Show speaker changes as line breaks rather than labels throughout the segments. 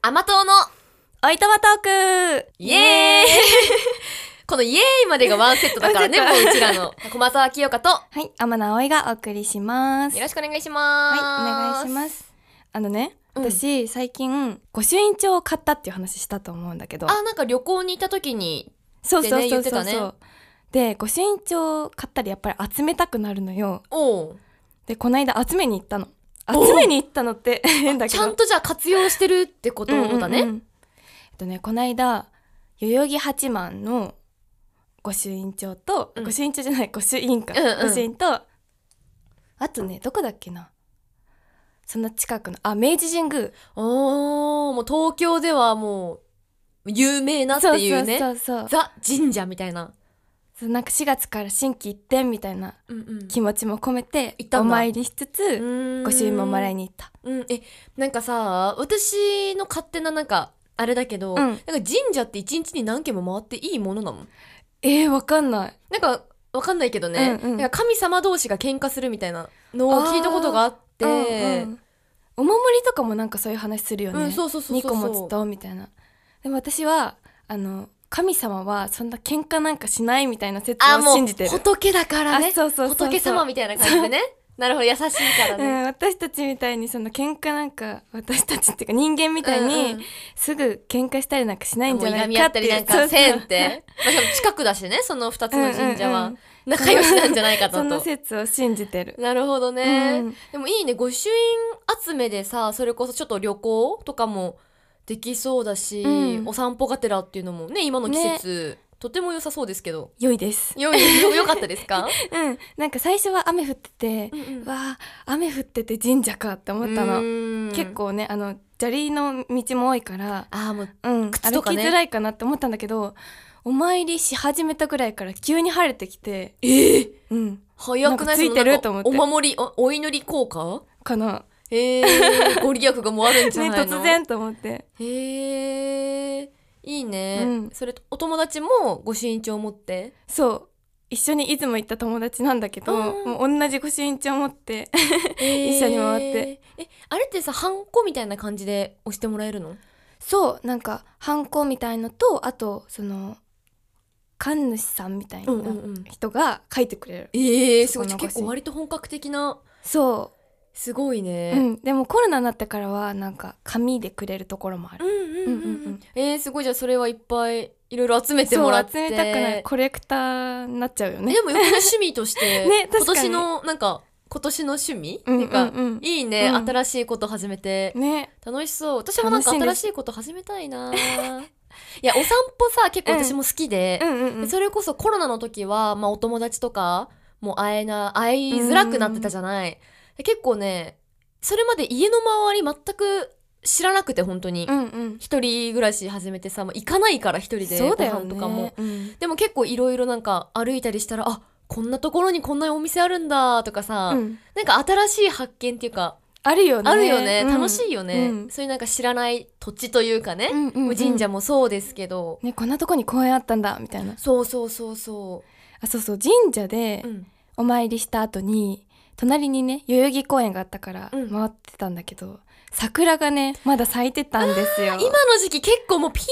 甘党の
おいとまトーク
イエーイこのイエーイまでがワンセットだからね、も
ワン
う
セット
うちらの。小松清 香と、よ
はい、天野葵がお送りします。
ろしくお願いし
はい、
ます。
お願いし
す。
ます。あのね、
うん
私、最近、御朱印帳を買ったっていう話したと思うんだけど。
あ、なんか旅行に行った時に、
そうそう
ってね
そ
言っ
う
て
そ
た
う。
ね
そうで、御朱印帳を買ったらやっぱり集めたくなるのよ。
おう
で、この間集めに行ったの。
お
集めに行ったのって 変だけ
ち
ど。
ゃんとじゃあ活用してるってことだね。
うんうんうんえっとね、この間、代々木八幡の御朱印帳と、
うん
御朱印帳じゃない、御朱印か。
うんうん
御朱印と、あとね、どこだっけな。その近くの、あ、明治神宮。
おー、もう東京ではもう、有名なっていうね。
そうそうそうそう
ザ神社みたいな。
そう。なんか4月から新規一点みたいな
うんうん
気持ちも込めて
行っ、た
お
んだ
参りしつつ、御朱印ももらいに行った。
うん、え、なんかさ、私の勝手ななんか、あれだけど、
うん
なんか神社って一日に何軒も回っていいものなの
えー、わかんない。
なんか、わかんないけどね、
うんうん
なんか神様同士が喧嘩するみたいなのを聞いたことがあって、
うんうんお守りとかもなんかそういう話するよね。
うんそうそうそうそう
2個持つとみたいなでも私はあの神様はそんな喧嘩なんかしないみたいな説
あ、
を
もう、
信じてる
仏だからね。
あそうそうそうそう
仏様みたいな感じで ね。なるほど、優しいから
う
ね。
ん、私たちみたいにその喧嘩なんか私たちっていうか人間みたい
うんうん
にすぐ喧嘩したりなんかしないん
も
じ
う
ゃ
い
な
が
い
み合
かっ
った
て
り
いう
なんかせん って。まあ、しかも近くだしね、その二つの神社は。
うんうんうん
仲良しなんじゃないか
そ
な
の
と。
説を信じてる、
なるほどね、
うん
でもいいね、御朱印集めでさ、それこそちょっと旅行とかもできそうだし、
うん
お散歩がてらっていうのもね、今の季節、とても良さそうですけど。
良いです
よ、よ、よかったです か
うんなんか最初は雨降ってて、
うんうん
わあ雨降ってて神社かって思ったの、結。構ねあの砂利の道も多いから
ああ、もう、
うん、
靴とかね
歩きづらいかなって思ったんだけどお参りし始めたぐらいから急に晴れてきて、
ええ
うん、
早くない
なんかついてると思って
そのなんかお守り、お、お祈り効果
かな、
ええ ご利益がもうあるんじゃ
ね、
ないの、
突然と思って
へえいいね。
うん
それと、お友達もご身長を持って。
そう一緒に出雲行った友達なんだけど、
うん
もう同じご朱印帳持って
一
緒に回って。
え、あれってさ、ハンコみたいな感じで押してもらえるの
そうなんかハンコみたいのとあとその神主さんみたいな
うんうんうん
人が書いてくれる、
ええすごい。
そこのご朱印
結構割と本格的な。
そ
すごいね。
う、うん、でもコロナになってからはなんか紙でくれるところもあ
う
る、
んうんうん
う
う
んうんうんん。
えー、すごいじゃあそれはいっぱいいろいろ集めて
そ
もらっ
う
て。
集めたくないコレクターになっちゃうよね
でもよくね趣味として
ね
今
確か
年
に
のなんか今年の趣味、
うんうん
な
うんん
かいいね、
うん
新しいこと始めて
ね
楽しそう私もなんか
楽しいで
新
す
しいこと始めたいないやお散歩さ結構私も好きで
う、んうんうん
それこそコロナの時は、まあ、お友達とかもう会えな会いづらくなってたじゃない、で結構ねそれまで家の周り全く知らなくて本当に、
うんうん
一人暮らし始めてさ、まあ、行かないから一人でご
そうだよ
飯
ね
とかも、
うん
でも結構いろいろなんか歩いたりしたらあこんなところにこんなお店あるんだとかさ、
うん
なんか新しい発見っていうか、
あるよね
あるよね、楽し
い、
いよね、
うん
そういうなんか知らない土地というかね、
うんうんうん
神社もそうですけど、
ね、こんなとこに公園あったんだみたいな
そうそうそうそ
あそうそう神社で
う、うん、
お参りした後に隣にね代々木公園があったから
うん
回ってたんだけど、桜がねまだ咲いてたんですよ
今の時期結構もうピー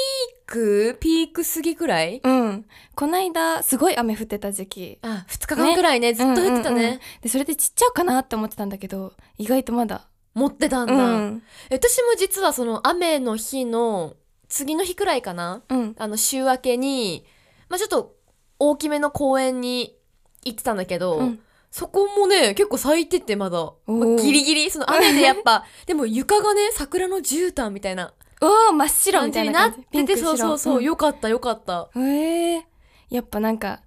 クピーク過ぎくらい、
うんこないだすごい雨降ってた時期
あ2日間くらいねずっと降ってたね、
うんうんうんでそれでちっちゃうかなって思ってたんだけど意外とまだ
持ってたんだ、
うん
私も実はその雨の日の次の日くらいかな
うん
あの週明けに、まあ、ちょっと大きめの公園に行ってたんだけど、
うん
そこもね結構咲いててまだ、まあ
おー
ギリギリその雨 でやっぱでも床がね桜の絨毯みたいな
うわー真っ白
感
みた
じ
い
に
な
な
感
っ
じ
ててそうそうそう、
ん
よかったよかった。
へえやっぱなんか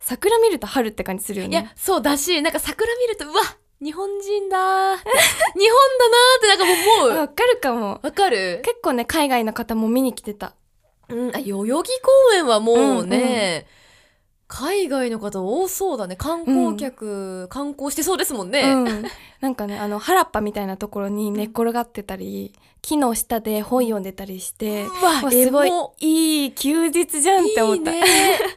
桜見ると春って感じするよ
い
ね
やそうだしなんか桜見るとうわ日本人だ ーって日本だなーってなんかもう思う
わかるかも
わかる
結構ね海外の方も見に来てた
うん、あ代々木公園はもうね、海外の方多そうだね観光客、観光してそうですもんね、
うん、なんかねあの原っぱみたいなところに寝っ転がってたり木の下で本読んでたりして
わ
わすごい
エモ
いい休日じゃんって思
いい
った
ね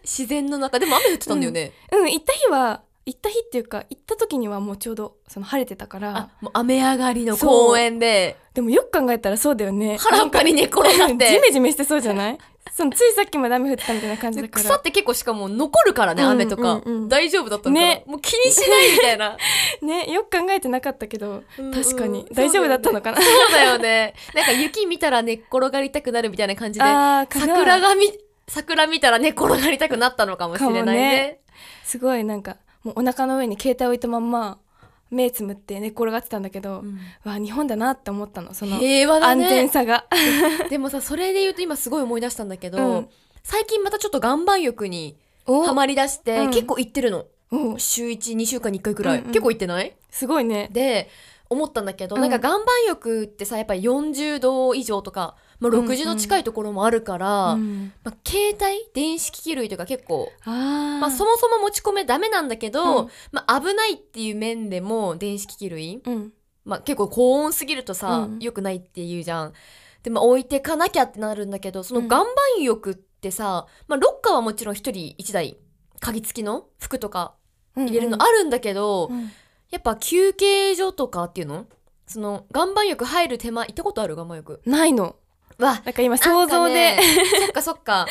自然の中でも雨降ってたんだよね、
うん行った日は行った日っていうか行った時にはもうちょうどその晴れてたから
あもう雨上がりの公園で
でもよく考えたらそうだよね
腹っぱに寝転がっ
ジ
て
メジメしてそうじゃないそのついさっきまで雨降ってたみたいな感じだから
草って結構しかも残るからね
うん
雨とか、
うんうん
大丈夫だったのかな、
ね
もう気にしないみたいな
ねよく考えてなかったけど
うん
確かに
うん
大丈夫だったのかな
そうだよねなんか雪見たら寝っ転がりたくなるみたいな感じで
あーかな
桜が見桜見たら寝転がりたくなったのかもしれない
かも
ね
ねすごいなんかもうお腹の上に携帯置いたまんま目つむって寝っ転がってたんだけど、
うん
わ日本だなって思ったのその
平和だ
安全
ね
さが、
でもさそれで言うと今すごい思い出したんだけど、
うん
最近またちょっと岩盤浴に
お
ハマりだして、
うん
結構行ってるの
お
週12週間に1回くらい、
うんうん
結構行ってない
すごいね
で思ったんだけど、
うん
なんか岩盤浴ってさやっぱり40度以上とか、まあ、
うんうん
60度近いところもあるから、
うん
まあ、携帯電子機器類とか結構、
あ
まあ、そもそも持ち込めダメなんだけど、
うん
まあ、危ないっていう面でも電子機器類、
う、うん、
まあ、結構高温すぎるとさ、
うん
良くないって言うじゃん。でまあ、置いてかなきゃってなるんだけどその
うん
岩盤浴ってさ、まあ、ロッカーはもちろん一人一台鍵付きの服とか入れるのあるんだけど、
うんうん
やっぱ休憩所とかっていうのその岩盤浴入る手間行ったことある岩盤浴
ないの
わ
なんか今想像で、
そっかそっか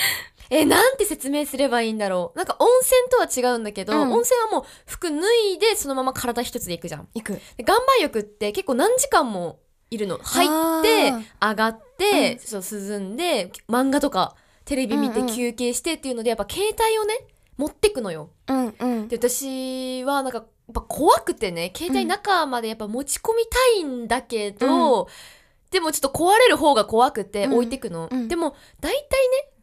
えなんて説明すればいいんだろうなんか温泉とは違うんだけど、
うん
温泉はもう服脱いでそのまま体一つで行くじゃん
行く
で岩盤浴って結構何時間もいるの入って
あー
上がって、
うん
ちょっと涼んで漫画とかテレビ見て
うんうん
休憩してっていうのでやっぱ携帯をね持ってくのよ
うんうん
で私はなんかやっぱ怖くてね携帯中までやっぱ持ち込みたいんだけど、でもちょっと壊れる方が怖くて
うん
置いてくの、
うん
でも大体ね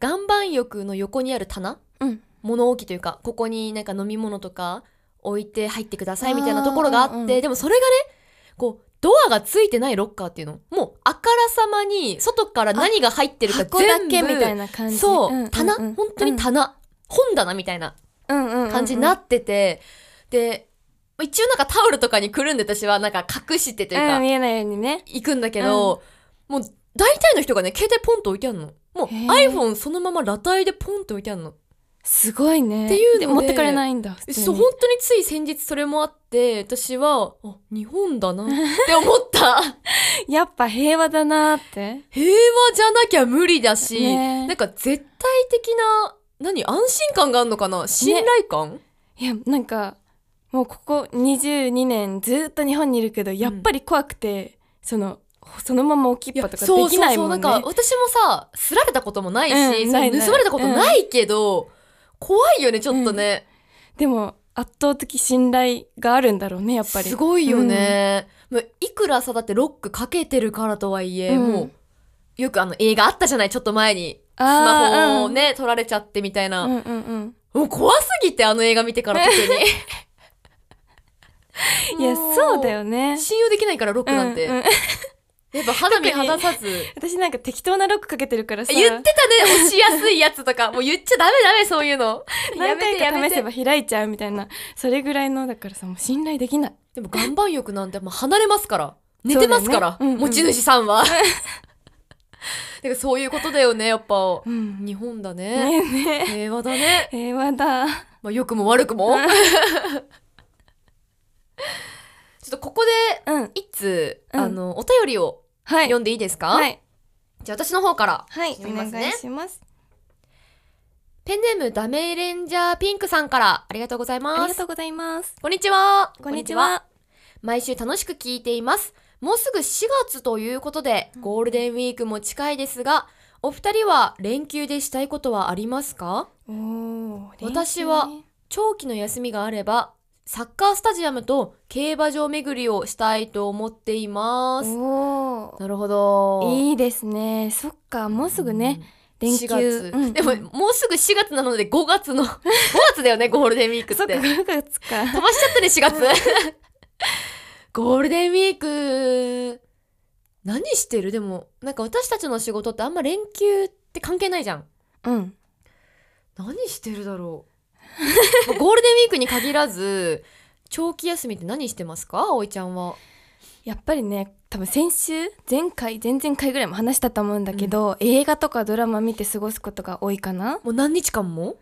岩盤浴の横にある棚
うん
物置というかここになんか飲み物とか置いて入ってくださいみたいなところがあって
あーうんうん
でもそれがねこうドアがついてないロッカーっていうのもうあからさまに外から何が入ってるか
箱だ
全部
けみたいな感じ
そう、
んんん
棚本当に棚、本棚みたいな
うんうんうんうん
感じになってて、で一応なんかタオルとかにくるんで私はなんか隠してというか、
うん見えないようにね
行くんだけど、もう大体の人がね携帯ポンと置いてあるのもう
へー
iPhone そのまま裸体でポンと置いてあるの
すごいね
っていうので
で持ってかれないんだ普通に
そう本当につい先日それもあって私はあ日本だなって思った
やっぱ平和だなって
平和じゃなきゃ無理だし、
ねえ
なんか絶対的な何安心感があるのかな信頼感、
いやなんかもうここ22年ずっと日本にいるけどやっぱり怖くて、そのそのまま置きっぱとかできないもん
そうそ
ね
うそうなんか私もさすられたこともないし、
うん
その
ないない
盗まれたことないけど、怖いよねちょっとね、
でも圧倒的信頼があるんだろうねやっぱり
すごいよね、もういくらさだってロックかけてるからとはいえ、
うん
もうよくあの映画あったじゃないちょっと前に
ス
スマホをね、取られちゃってみたいな、
うんうんうん
もう怖すぎてあの映画見てから特
うん、
に
いやそうだ
も
よね
う信用できないからロックなんて、
うんうん
やっぱ肌身離さず
私なんか適当なロックかけてるからさ
言ってたね押しやすいやつと かもう言っちゃダメダメそういうのや
何
めてや
回か
め
試
て
せば開いちゃうみたいなそれぐらいのだからさもう信頼できない
でも岩盤浴なんてもう離れますから寝てますから、
そうだよねうんうん
持ち主さんは。だからそういうことだよねやっぱ
うん
日本だね
ねえねえ
平和だね、
平和だ
まあ、良くも悪くもちょっとここ
うん
で一通、
うん
あのお便りを
はい
読んでいいですか、
はい
じゃあ私の方から
はい
読みますね
お願いします
ペンネームダメレンジャーピンクさんからありがとうござい
あ
ま
りが
す
とうございます
こんにちは
こんにちは
毎週楽しく聞いていますもうすぐ4月ということでゴールデンウィークも近いですが、お二人は連休でしたいことはありますか
おー練習ね
私は長期の休みがあればサッカースタジアムと競馬場巡りをしたいと思っています
おー
なるほど
いいですねそっかもうすぐね、連休
4月、
うん
でももうすぐ4月なので5月 の5月だよねゴールデンウィークって
そっか5月
飛
か
ばしちゃったね4月 ゴールデンウィーク何してるでもなんか私たちの仕事ってあんま連休って関係ないじゃん
うん
何してるだろう まあゴールデンウィークに限らず長期休みって何してますか葵ちゃんは
やっぱりね多分先週前回前々回ぐらいも話したと思うんだけど、映画とかドラマ見て過ごすことが多いかな
もう何日間も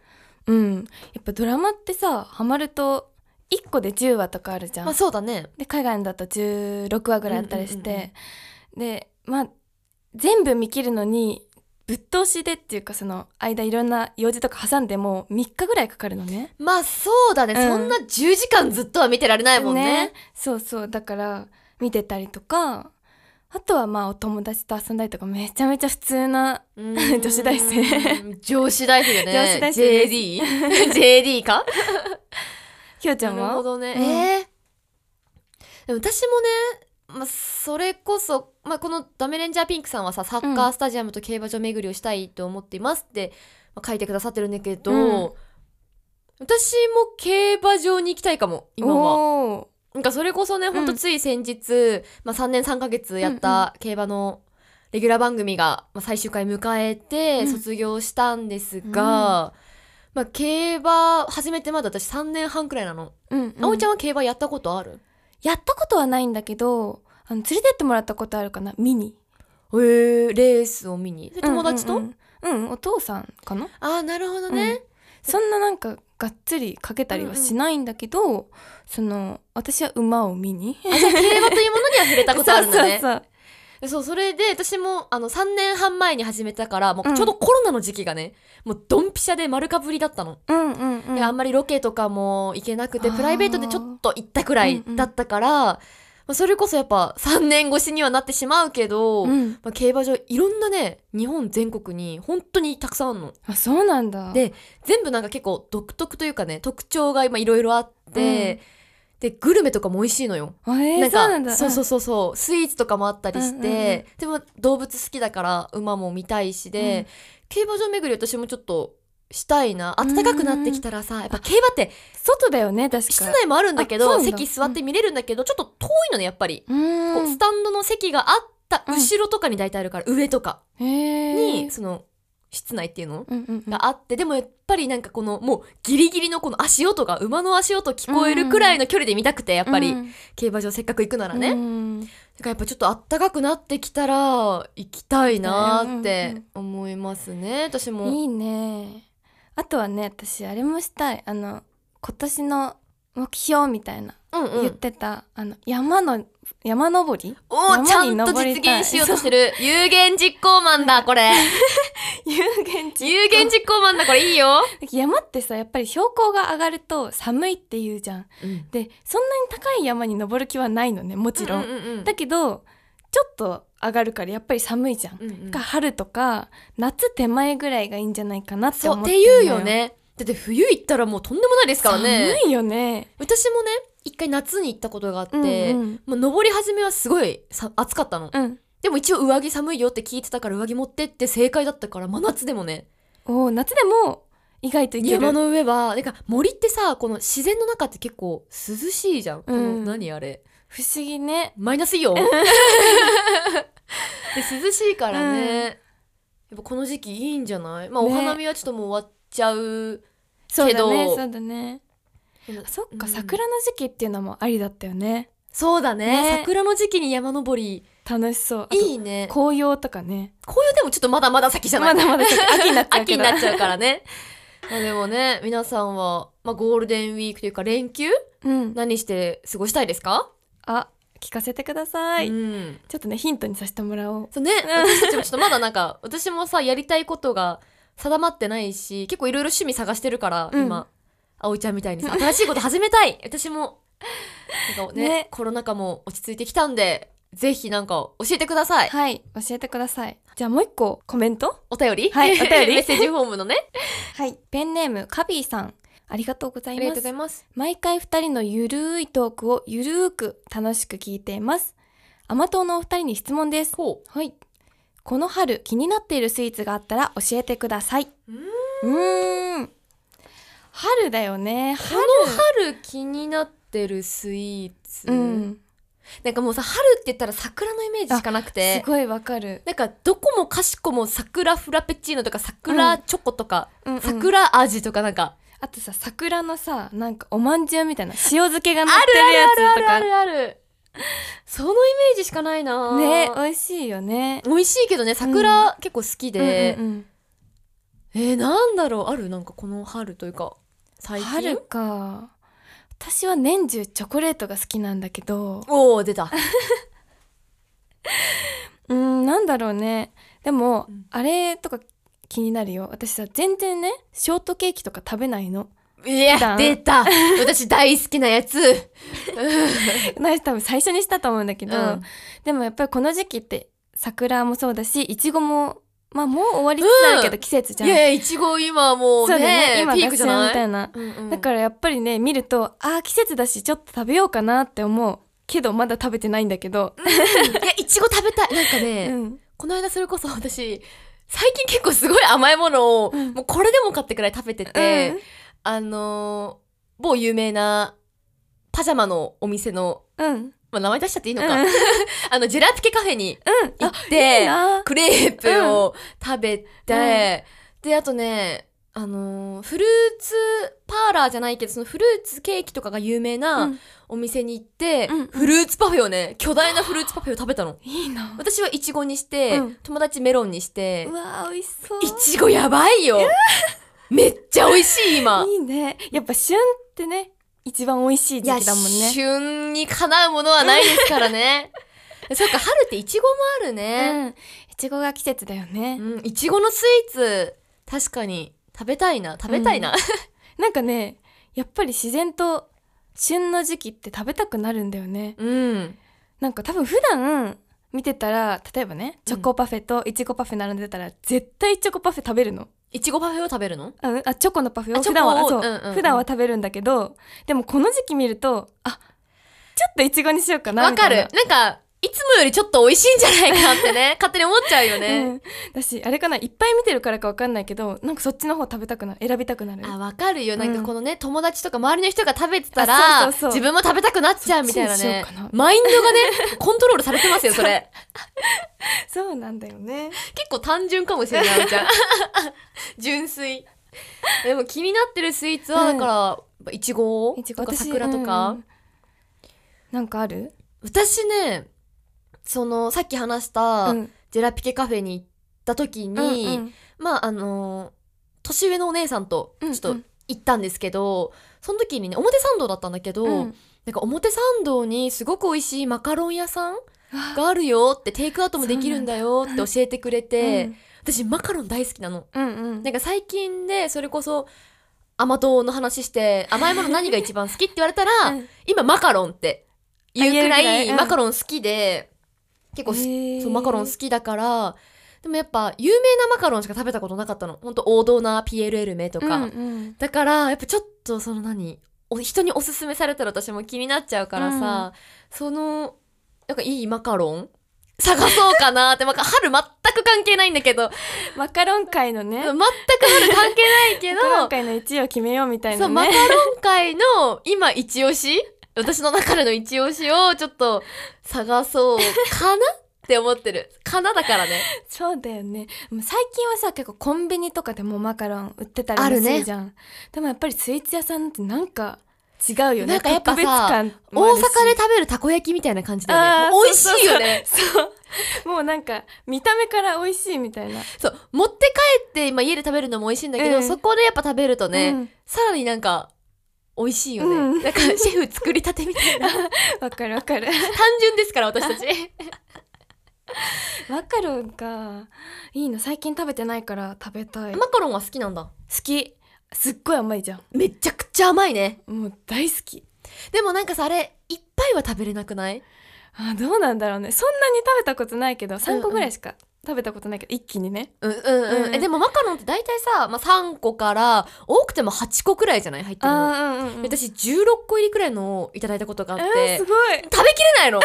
うんやっぱドラマってさハマると1個で10話とかあるじゃん、
まあそうだね
で海外のだと16話ぐらいあったりして、でまあ全部見切るのにぶっ通しでっていうかその間いろんな用事とか挟んでもう3日ぐらいかかるのね。
まあそうだね、
うん
そんな10時間ずっとは見てられないもんね
そうそうだから見てたりとかあとはまあお友達と遊んだりとかめちゃめちゃ普通な
うん
女子大生
女子大生だね
女子大生
JD?JD か
ひよちゃん
なるほ
は
どね、
うん
えーでも私もね、まあ、それこそ、まあ、このダメレンジャーピンクさんはさサッカースタジアムと競馬場巡りをしたいと思っていますって、まあ書いてくださってるんだけど、
うん
私も競馬場に行きたいかも今は。
おー
なんかそれこそね、ほんとつい先日、まあ3年3ヶ月やった競馬のレギュラー番組が、まあ、最終回迎え
う
て
ん
卒業したんですが、まあ競馬始めてまだ私3年半くらいなの。
うんうん
あおいちゃんは競馬やったことある
やったことはないんだけどあの連れてってもらったことあるかな見に
へえレースを見に。友達と、
うんうんうん、うんお父さんかな
ああ、なるほどね。
そんななんかがっつりかけたりはしないんだけど、その私は馬を見に
あじゃあ競馬というものには触れたことあるんだね。そう
そうそう
それで私もあの3年半前に始めたから、もううんちょうどコロナの時期がね、もうドンピシャで丸かぶりだったの。
そううんうんうん
であんまりロケとかも行けなくて
あー
プライベートでちょっと行ったくらい
うんうん
だったから、まあ、それこそやっぱ3年越しにはなってしまうけど、ま
うん
あ、競馬場いろんなね日本全国に本当にたくさんあるの
あそうなんだ
で全部なんか結構独特というかね特徴が今いろいろあって、でグルメとかも美味しいのよ。
あえー
なんか
そうなんだ
そうそううそうそうスイーツとかもあったりして、
うんうんうん
でも動物好きだから馬も見たいしで、競馬場巡り私もちょっとしたいな暖かくなってきたらさ、やっぱ競馬って
外だよね確か
室内もあるんだけ
あそう
ど
なんだ
席座って見れるんだけど、ちょっと遠いのねやっぱり、
う
こう
ー
ス
ん
タンドの席があった後ろとかに大体あるから、上とか
へ
に
ー
その室内っていうの
うんうんうん
があって、でもやっぱりなんかこのもうギリギリのこの足音が馬の足音聞こえるくらいの距離で見たくてやっぱり、
うん
競馬場せっかく行くならね、だ
うん
からやっぱちょっとあったかくなってきたら行きたいなーって思いますね私も。
いいねあとはね私あれもしたいあの今年の目標みたいな、
うんう
言っ
ん、
てたあの山の山登り
おーちゃ
山に
んと
登
実
りたい
現しようとしてる有言実行マンだこれ。
有限地
有言実行マンだこれいいよ、
山ってさやっぱり標高が上がると寒いっていうじゃんでそんなに高い山に登る気はないのねもちろん,、
うんうんうん
だけどちょっと上がるからやっぱり寒いじゃん、
うんうん
が春とか夏手前ぐらいがいいんじゃないかなって
そ
思
うっ
って
ていうよねだって冬行ったらもうとんでもないですからね
寒いよね
私もね一回夏に行ったことがあって、
うんうん
もう登り始めはすごいさ暑かったの、
うん、
でも一応上着寒いよって聞いてたから上着持ってって正解だったから真夏でもね
おー夏でも意外といける
山の上はなんか森ってさこの自然の中って結構涼しいじゃん、この何あれ
不思議ね
マイナスイオン で涼しいからね、
うん
やっぱこの時期いいんじゃないまあ、
ね
お花見はちょっともう終わっちゃう
そうだね
けど
そうだねあそっか、
うん
桜の時期っていうのもありだったよね
そうだね
ね
桜の時期に山登り
楽しそうあと
いいねこ
紅葉とかね
紅葉でもちょっとまだまだ先じゃな
ま
い
だまだちょっと秋になっちゃう
秋
け
に
ど
なっちゃうからねまあでもね皆さんは、まあ、ゴールデンウィークというか連休
うん
何して過ごしたいですか
あ聞かせてください、
うん
ちょっとねヒントにさせてもらおう
そうね、私たちもちょっとまだなんか、私もさ、やりたいことが定まってないし、結構いろいろ趣味探してるから、
うん
今、葵ちゃんみたいにさ、新しいこと始め たい私も、なんかね
ね
コロナ禍も落ち着いてきたんで、ぜひなんか教えてください。
はい教えてくださいじゃあもう一個コメント
お便り
はいお便り
メッセージフォームのね。
はいペンネームカビーさんありがとうござ
あ
い
りがとうご
ます
ざいます。
毎回二人のゆるいトークをゆるーく楽しく聞いています甘党のお二人に質問です
ほ
はいこの春気になっているスイーツがあったら教えてくださいう
ーん
うーん春だよね
こ
春
の春気になってるスイーツ。
うん
なんかもうさ、春って言ったら桜のイメージしかなく
す
て。
ごいわかる、
なんかどこもかしこも桜フラペチーノとか桜チョコとか、
うんうん
桜味とかなんか、
あとさ桜のさなんかおまんじゅうみたいな塩漬けが乗ってるやつとか
るあるそのイメージしかないな
ね美味しいよね
美味しいけどね桜、結構好きで、
うんうんうん
えー、なんだろうあるなんかこの春というか最近
春か私は年中チョコレートが好きなんだけど
おお出 た
うーんなんだろうねでも、
うん
あれとか気になるよ私さ全然ねショートケーキとか食べないの
いや
た
出た私大好きなやつ
ない多分最初にしたと思うんだけど、
うん
でもやっぱりこの時期って桜もそうだしいちごもまあもう終わりつつあるけど季節じゃ
い
ん、
やいやいちご今もう
そうだ
ね
ね今
ピークじゃ
が旬
な
み
い
たいな、
うんうん
だからやっぱりね見るとあー季節だしちょっと食べようかなって思うけどまだ食べてないんだけど、
いやいちご食べたいなんかね、
うん
この間それこそ私最近結構すごい甘いものを、
うん
もうこれでもかってくらい食べてて、
うん
あのー某有名なパジャマのお店の、
うん
まあ、名前出しちゃっていいの
う
か、
ん
あのジェラピケカフェに
うん
行
あ
って
いいな
クレープを食べて、であとねあのーフルーツパーラーじゃないけどそのフルーツケーキとかが有名
う
なんお店に行って、
うん
フルーツパフェをね巨大なフルーツパフェを食べたの
いいな
私はイチゴにして、
うん
友達メロンにして
うわー美味しそう
いちごやばいよめっちゃ美味しい今
いいねやっぱ旬ってね一番美味しい
いや
時期だもんね
旬にかなうものはないですから ねそっか春っていちごもあるね
うんいちごが季節だよね、
うんいちごのスイーツ確かに食べたいな食べたいな、
なんかねやっぱり自然と旬の時期って食べたくなるんだよね
うん。
なんか多分普段見てたら例えばねチョコパフェといちごパフェ並んでたら、絶対チョコパフェ食べるの
いちごパフェを食べるの
あうんあチョコのパフェ
あ
を
チョ
普
コ
段
を
はそう、
うんうんうん
普段は食べるんだけどでもこの時期見るとあちょっといちごにしようかな
わ
みた
か
いな
る。なんか、いつもよりちょっと美味しいんじゃないかってね、勝手に思っちゃうよね。
うん、だしあれかないっぱい見てるからかわかんないけどなんかそっちの方食べたくなる選びたくなる
あ、わかるよ。なん
う
か
ん
このね、友達とか周りの人が食べてたら、
あそうそうそう
自分も食べたくなっちゃうみたいな
そっちにし
ね
ようかな。
マインドがね、 コントロールされてますよ、それ。
そうなんだよね
結構単純かもしれない、あみちゃん。 純粋。でも気になってるスイーツは、
う
だ
ん
から、いちご
いち
と
ご
か
私
桜とか。
うんなんかある
私ね、その、さっき話し
う
た、
ん
ジェラピケカフェに行った時に、
うん
まああの年上のお姉さんとち
う
ょ
ん
っと行ったんですけど、その時にね表参道だったんだけど、
うん
なんか表参道にすごく美味しいマカロン屋さん
わ
があるよってテイクアウトもできるんだよって教えてくれて、
うん
私マカロン大好きなの。
うんうん
なんか最近でそれこそ甘党の話して甘いもの何が一番好きって言われたら、
うん
今マカロンって言うくら
あ言うくら
い
いうん
マカロン好きで、結構好き
へー
そうマカロン好きだからでもやっぱ有名なマカロンしか食べたことなかったのほんと王道な PLL 名とか、
うんうん
だからやっぱちょっとその何お人におすすめされたら私も気になっちゃうからさ、そのなんかいいマカロン 探そうかなって、まあ、春全く関係ないんだけど、
マカロン界のね
全く春 関係ないけ
マカロ
ど
ン、界の1位を決めようみたい
そ
な
う、マカ
ね
ロン界の今一押し私の中での一押しをちょっと探そうかなって思って る。かなだからね。
そうだよねでも最近はさ結構コンビニとかでもマカロン売ってたり
あ
も
る
す
ね
るじゃん、でもやっぱりスイーツ屋さんってなんか違うよね
なんかやっぱさ
特別感
大
もあ
阪
るし
で食べるたこ焼きみたいな感じだよね。
あー
もう美味しいよね。
そうもうなんか見た目から美味しいみたいな
そう、持って帰って今家で食べるのも美味しいんだけど、
うん
そこでやっぱ食べるとね、
うん
さらになんか、美味しいよね。
うん
なんかシェフ作りたてみた いな。単
わかるわかる
純ですから私た ち。
マカロンかいいの最近食べてないから食べたい、好
マカロンは好きなんだ。
きすっごい甘いじゃ
めちゃくちゃ甘いね。
んもう大好き
でもなんかさ、あれ、いっぱいは食べれなくない
あどうなんだろうねそんなに食べたことないけど3個ぐらいしか食べたことないけど、一気にね
うんうんうん、
うん
えでもマカロンって大体さ、まあ、3個から多くても8個くらいじゃない入ってるの、
あーうんうんうん
私16個入りくらいのをいただいたことがあっ
えー
て、
すごい
食べきれないの1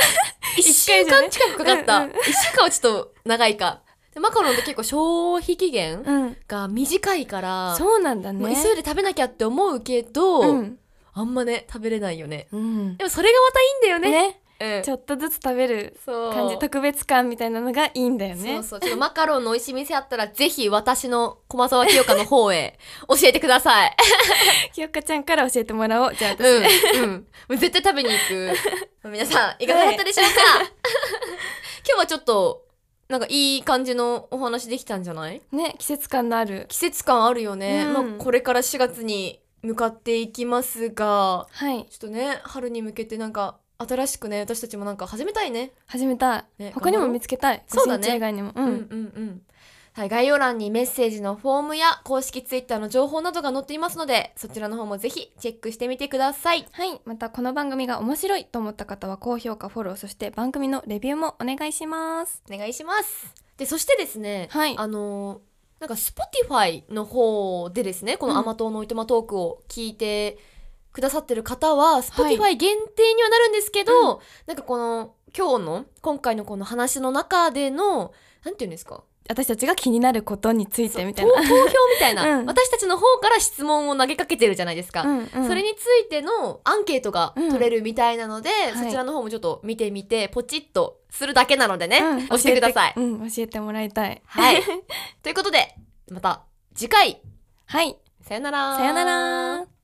一
週
回じゃね
間近くかかった、
うんう
1
ん
週間はちょっと長いかでマカロンって結構消費期限
うん
が短いから、
そうなんだね
もう急いで食べなきゃって思うけど、
うん、
あんまね食べれないよね
うん
でもそれがまたいいんだよね
ね
うん
ちょっとずつ食べる
そう
感じ特別感みたいなのがいいんだよね
そうそうちょっとマカロンの美味しい店あったらぜひ私の駒沢清香の方 へ教えてください
ひよかちゃんから教えてもらおうじゃあ私、
うん、うん。もう絶対食べに行 く。皆さん、いかがだったでしょうか 今日はちょっと、なんかいい感じのお話できたんじゃない
ね季節感のある
季節感あるよね。
うん
まあ、これから4月に向かっていきますが
はい
ちょっとね春に向けてなんか新しくね私たちもなんか始めたいね、
始めたい、
ね
他にも見つけたい
そうだね
ご身長以外にも、うん
うんうんうんはい、概要欄にメッセージのフォームや公式ツイッターの情報などが載っていますのでそちらの方もぜひチェックしてみてください
はいまたこの番組が面白いと思った方は高評価フォローそして番組のレビューもお願いします
お願いしますでそしてですね、
はい
あのーなんか Spotify の方でですねこ
うん
の「アマトーのいとまトーク」を聞いてくださってる方は Spotify
は
限定にはなるんですけど、なんかこの今日の今回のこの話の中でのなんていうんですか
私たちが気になることについてみたい
投
な
投票みたいな、
うん
私たちの方から質問を投げかけてるじゃないですか。
うんうん
それについてのアンケートが取れるみたいなので、
うんはい
そちらの方もちょっと見てみて、ポチッとするだけなのでね、
うん
教えてください。
うん教えてもらいたい
はい。ということで、また次回、
はい
さよなら。
さよなら